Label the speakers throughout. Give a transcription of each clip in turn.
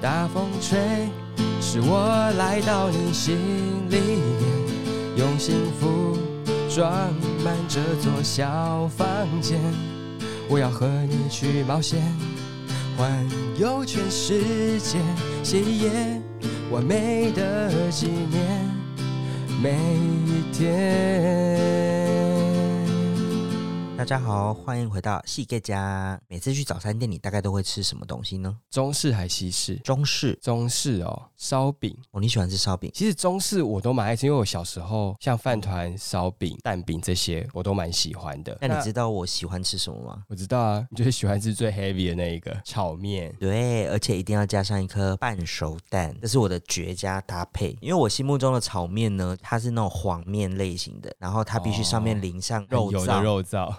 Speaker 1: 大风吹，是我来到你心里面，用幸福装满这座小房间。我要和你去冒险，环游全世界，写一页完美的纪念，每一天。
Speaker 2: 大家好，欢迎回到细给家。每次去早餐店，你大概都会吃什么东西呢？
Speaker 1: 中式还西式？
Speaker 2: 中式
Speaker 1: 中式哦，烧饼。
Speaker 2: 哦，你喜欢吃烧饼？
Speaker 1: 其实中式我都蛮爱吃，因为我小时候像饭团、烧饼、蛋饼这些我都蛮喜欢的。
Speaker 2: 那你知道我喜欢吃什么吗？
Speaker 1: 我知道啊，你就是喜欢吃最 heavy 的那一个炒面。
Speaker 2: 对，而且一定要加上一颗半熟蛋，这是我的绝佳搭配。因为我心目中的炒面呢，它是那种黄面类型的，然后它必须上面淋上肉
Speaker 1: 哦哎有
Speaker 2: 燥，
Speaker 1: 的肉燥，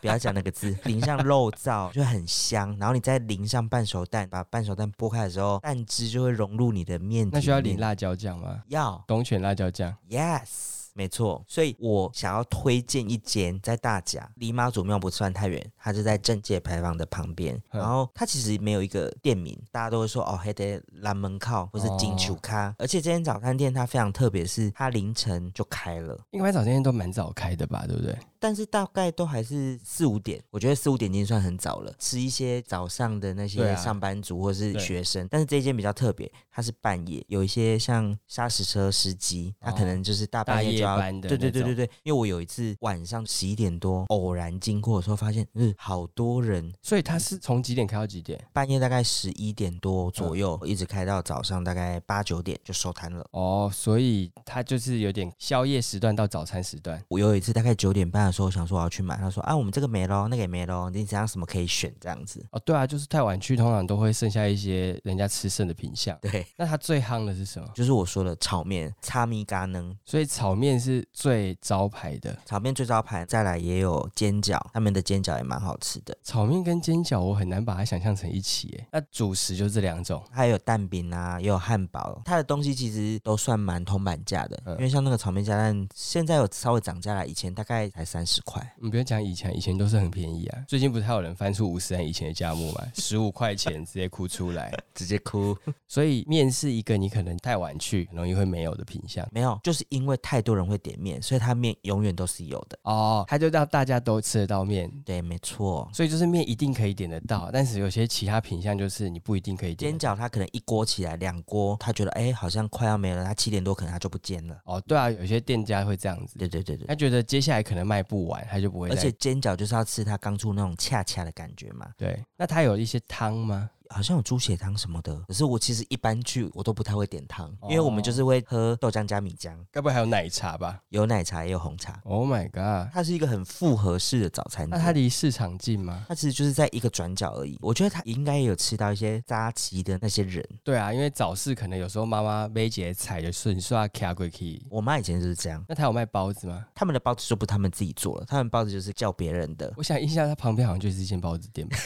Speaker 2: 不要讲那 个字，淋上肉燥就很香，然后你再淋上半熟蛋，把半熟蛋剥开的时候，蛋汁就会融入你的面体里面。
Speaker 1: 那需要淋辣椒酱吗？
Speaker 2: 要
Speaker 1: 东泉辣椒酱，
Speaker 2: ，yes。没错，所以我想要推荐一间在大甲，离妈祖庙不算太远，它就在政界牌坊的旁边。
Speaker 1: 嗯
Speaker 2: 然后它其实没有一个店名，大家都会说哦，黑得南门靠或是金球咖。而且这间早餐店它非常特别，是它凌晨就开了，
Speaker 1: 应该早餐店都蛮早开的吧，对不对？
Speaker 2: 但是大概都还是四五点，我觉得四五点已经算很早了。吃一些早上的那
Speaker 1: 对
Speaker 2: 些
Speaker 1: 啊
Speaker 2: 上班族或是
Speaker 1: 对
Speaker 2: 学生，但是这一间比较特别，它是半夜，有一些像砂石车司机，他可能就是大半
Speaker 1: 哦大
Speaker 2: 夜就
Speaker 1: 夜
Speaker 2: 要。
Speaker 1: 班的
Speaker 2: 对对对
Speaker 1: 那种
Speaker 2: 对对，因为我有一次晚上十一点多偶然经过的时候，发现嗯，好多人，
Speaker 1: 所以它是从几点开到几点？
Speaker 2: 半夜大概十一点多
Speaker 1: 嗯
Speaker 2: 左右，一直开到早上大概八九点就收摊了。
Speaker 1: 哦，所以它就是有点宵夜时段到早餐时段。
Speaker 2: 我有一次大概九点半的时候，想说我要去买，他说啊，我们这个没咯，那个也没咯，你怎样什么可以选这样子。
Speaker 1: 哦，对啊，就是太晚去通常都会剩下一些人家吃剩的品相。
Speaker 2: 对，
Speaker 1: 那它最夯的是什么？
Speaker 2: 就是我说的炒面、叉米嘎能。
Speaker 1: 所以炒面是最招牌的。
Speaker 2: 炒面最招牌，再来也有煎饺，他们的煎饺也蛮好吃的，
Speaker 1: 炒面跟煎饺，我很难把它想象成一起耶。那主食就这两种，
Speaker 2: 还有蛋饼啊，也有汉堡，它的东西其实都算蛮铜板价的，
Speaker 1: 嗯
Speaker 2: 因为像那个炒面加蛋，现在有稍微涨价了，以前大概才三十块，
Speaker 1: 嗯你不要讲以前，以前都是很便宜啊。最近不是还有人翻出五十元以前的价目嘛，十五块钱直接哭出来。
Speaker 2: 直接哭。
Speaker 1: 所以面是一个你可能太晚去，很容易会没有的品相
Speaker 2: 没有，就是因为太多人会点面，所以它面永远都是有的。
Speaker 1: 哦，它就让大家都吃得到面。
Speaker 2: 对，没错。
Speaker 1: 所以就是面一定可以点得到，但是有些其他品相就是你不一定可以点得
Speaker 2: 煎
Speaker 1: 到。
Speaker 2: 饺它可能一锅起来两锅，他觉得哎、好像快要没了，他七点多可能他就不煎了。
Speaker 1: 哦，对啊，有些店家会这样子，
Speaker 2: 对对对对。
Speaker 1: 他觉得接下来可能卖不完，他就不会再。
Speaker 2: 而且煎饺就是要吃它刚出那种恰恰的感觉嘛，
Speaker 1: 对，那它有一些汤吗？
Speaker 2: 好像有猪血汤什么的。可是我其实一般去我都不太会点汤，
Speaker 1: 哦
Speaker 2: 因为我们就是会喝豆浆加米浆，
Speaker 1: 该不会还有奶茶吧
Speaker 2: 有奶茶也有红茶。
Speaker 1: ？Oh my god！
Speaker 2: 它是一个很复合式的早餐
Speaker 1: 那它
Speaker 2: 店。
Speaker 1: 离市场近吗？
Speaker 2: 它其实就是在一个转角而已，我觉得它应该也有吃到一些扎旗的那些人。
Speaker 1: 对啊，因为早市可能有时候妈妈梅姐踩的顺刷卡过去。
Speaker 2: 我妈以前就是这样，
Speaker 1: 那他有卖包子吗？
Speaker 2: 他们的包子就不是他们自己做了，他们包子就是叫别人的。
Speaker 1: 我想印象，他旁边好像就是一间包子 店吧。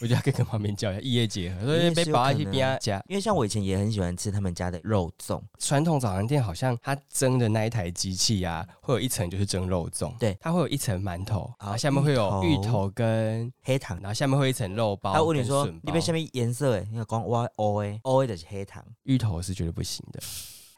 Speaker 1: 我就要跟旁边叫一下，异业结合，所
Speaker 2: 也
Speaker 1: 以
Speaker 2: 是
Speaker 1: 被
Speaker 2: 有
Speaker 1: 保安
Speaker 2: 可
Speaker 1: 去
Speaker 2: 能
Speaker 1: 边啊家。
Speaker 2: 因为像我以前也很喜欢吃他们家的肉粽，
Speaker 1: 传统早餐店好像它蒸的那一台机器啊，会有一层就是蒸肉粽，
Speaker 2: 对
Speaker 1: 它会有一层馒头，
Speaker 2: 啊
Speaker 1: 然后下面会有芋
Speaker 2: 芋头
Speaker 1: 头跟，
Speaker 2: 黑糖
Speaker 1: 然后下面会有一层肉包。
Speaker 2: 他问你说
Speaker 1: 跟笋：“
Speaker 2: 你
Speaker 1: 包
Speaker 2: 被下面颜色哎？”你看光我 O A O A 的是黑糖，
Speaker 1: 芋头是绝对不行的，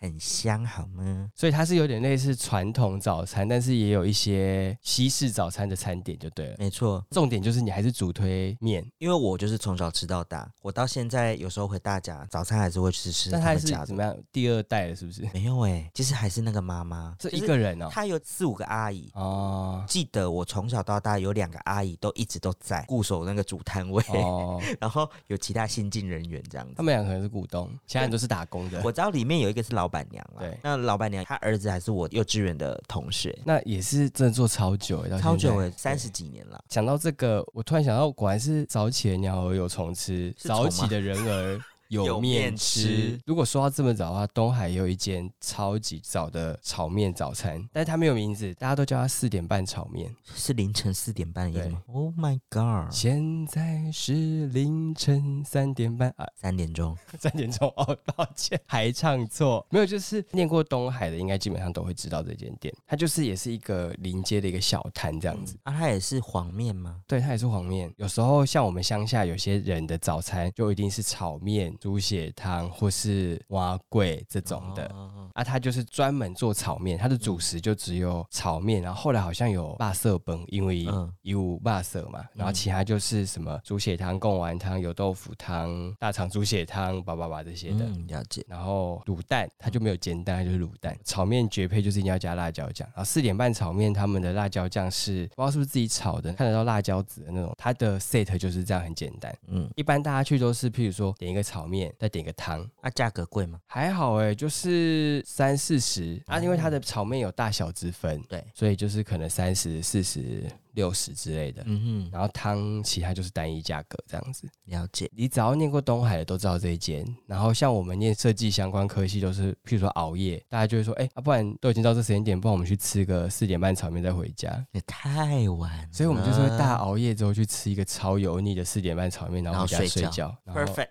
Speaker 2: 很香好吗？
Speaker 1: 所以它是有点类似传统早餐，但是也有一些西式早餐的餐点就对了。
Speaker 2: 没错，
Speaker 1: 重点就是你还是主推面，
Speaker 2: 因为我就是从小吃到大，我到现在有时候回大家早餐还是会吃吃
Speaker 1: 但它
Speaker 2: 他
Speaker 1: 还
Speaker 2: 们
Speaker 1: 是
Speaker 2: 家
Speaker 1: 怎
Speaker 2: 的。
Speaker 1: 么样？第二代了是不是？
Speaker 2: 没有哎、其实还是那个妈妈，
Speaker 1: 这
Speaker 2: 就
Speaker 1: 一
Speaker 2: 是
Speaker 1: 个人哦、
Speaker 2: 她有四五个阿姨。
Speaker 1: 哦
Speaker 2: 记得我从小到大有两个阿姨都一直都在固守那个主摊位，
Speaker 1: 哦，
Speaker 2: 然后有其他新进人员这样子
Speaker 1: 他。们两个人是股东，其他人都是打工的。
Speaker 2: 我知道里面有一个是老板娘啦
Speaker 1: 对，
Speaker 2: 那老板娘她儿子还是我幼稚园的同学，
Speaker 1: 那也是真的做超久欸，到
Speaker 2: 超
Speaker 1: 现
Speaker 2: 久
Speaker 1: 在
Speaker 2: 哎，三十几年了。
Speaker 1: 讲到这个，我突然想到，果然是早起的鸟儿有虫吃，
Speaker 2: 是虫吗
Speaker 1: 早起的人儿有
Speaker 2: 有
Speaker 1: 面
Speaker 2: 面
Speaker 1: 吃
Speaker 2: 吃。
Speaker 1: 如果说到这么早的话，东海也有一间超级早的炒面早餐，但是它没有名字，大家都叫它四点半炒面。
Speaker 2: 是凌晨四点半的意思吗？Oh my god！
Speaker 1: 现在是凌晨三点半啊，
Speaker 2: 三点钟，
Speaker 1: 三点钟哦，抱歉，还唱错，没有，就是念过东海的，应该基本上都会知道这间店，它就是也是一个临街的一个小摊这样子。
Speaker 2: 啊，它也是黄面吗？
Speaker 1: 对，它也是黄面。有时候像我们乡下有些人的早餐，就一定是炒面、猪血汤或是蛙桂这种的。
Speaker 2: 哦嗯
Speaker 1: 啊，他就是专门做炒面，他的主食就只有炒面，然后后来好像有霸色崩，因为
Speaker 2: 嗯
Speaker 1: 有霸色嘛，然后其他就是什么猪血汤、贡丸汤、油豆腐汤、大肠猪血汤，叭叭叭这些的。
Speaker 2: 嗯，了解。
Speaker 1: 然后卤蛋，它就没有煎蛋，它就是卤
Speaker 2: 嗯
Speaker 1: 蛋。炒面绝配就是一定要加辣椒酱。然后四点半炒面，他们的辣椒酱是不知道是不是自己炒的，看得到辣椒籽的那种。它的 set 就是这样，很简单。
Speaker 2: 嗯，
Speaker 1: 一般大家去都是，譬如说点一个炒面，再点一个汤，
Speaker 2: 那啊价格贵吗？
Speaker 1: 还好哎、就是三四十啊，
Speaker 2: 哦
Speaker 1: 因为它的炒面有大小之分，
Speaker 2: 对，
Speaker 1: 所以就是可能三十、四十、六十之类的。
Speaker 2: 嗯哼，
Speaker 1: 然后汤其他就是单一价格这样子。
Speaker 2: 了解。
Speaker 1: 你只要念过东海的都知道这一间。然后像我们念设计相关科系，都是譬如说熬夜，大家就会说，哎、啊，不然都已经到这时间点，不然我们去吃个四点半炒面再回家。
Speaker 2: 也太晚了，
Speaker 1: 所以我们就是会
Speaker 2: 啊
Speaker 1: 大熬夜之后去吃一个超油腻的四点半炒面，然后回家
Speaker 2: 然
Speaker 1: 睡
Speaker 2: 后睡觉
Speaker 1: 觉。然后
Speaker 2: perfect。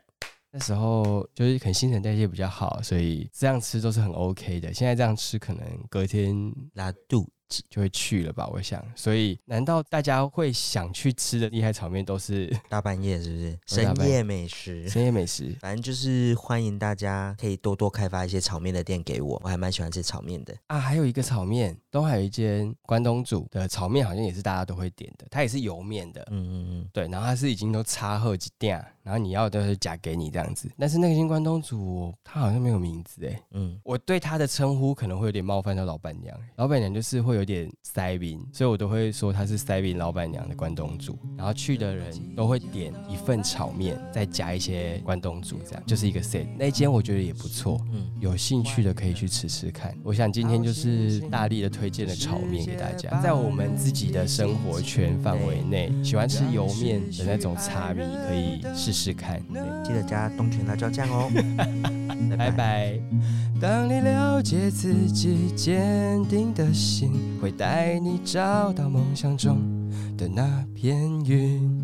Speaker 1: 那时候就是可能新陈代谢比较好，所以这样吃都是很 OK 的。现在这样吃可能隔天
Speaker 2: 拉肚子，
Speaker 1: 就会去了吧，我想。所以难道大家会想去吃的厉害炒面都是
Speaker 2: 大半夜是不是？
Speaker 1: 我大半
Speaker 2: 深夜美食。
Speaker 1: 深夜美食？
Speaker 2: 反正就是欢迎大家可以多多开发一些炒面的店给我，我还蛮喜欢吃炒面的。
Speaker 1: 啊，还有一个炒面，东海有一间关东煮的炒面，好像也是大家都会点的，它也是油面的。
Speaker 2: 嗯嗯
Speaker 1: 对，然后它是已经都插好几店，然后你要的是夹给你这样子。但是那个间关东煮，它好像没有名字哎，
Speaker 2: 嗯
Speaker 1: 我对它的称呼可能会有点冒犯到老板娘，欸老板娘就是会有点塞宾，所以我都会说她是塞宾老板娘的关东煮。然后去的人都会点一份炒面，再加一些关东煮，这样就是一个 set。那间我觉得也不错，
Speaker 2: 嗯嗯，
Speaker 1: 有兴趣的可以去吃吃看。我想今天就是大力的推荐了炒面给大家，在我们自己的生活圈范围内，喜欢吃油面的那种茶米可以试试看。对
Speaker 2: 记得加东泉辣椒酱 哦。
Speaker 1: 拜。拜。当你了解自己坚定的心，会带你找到梦想中的那片云。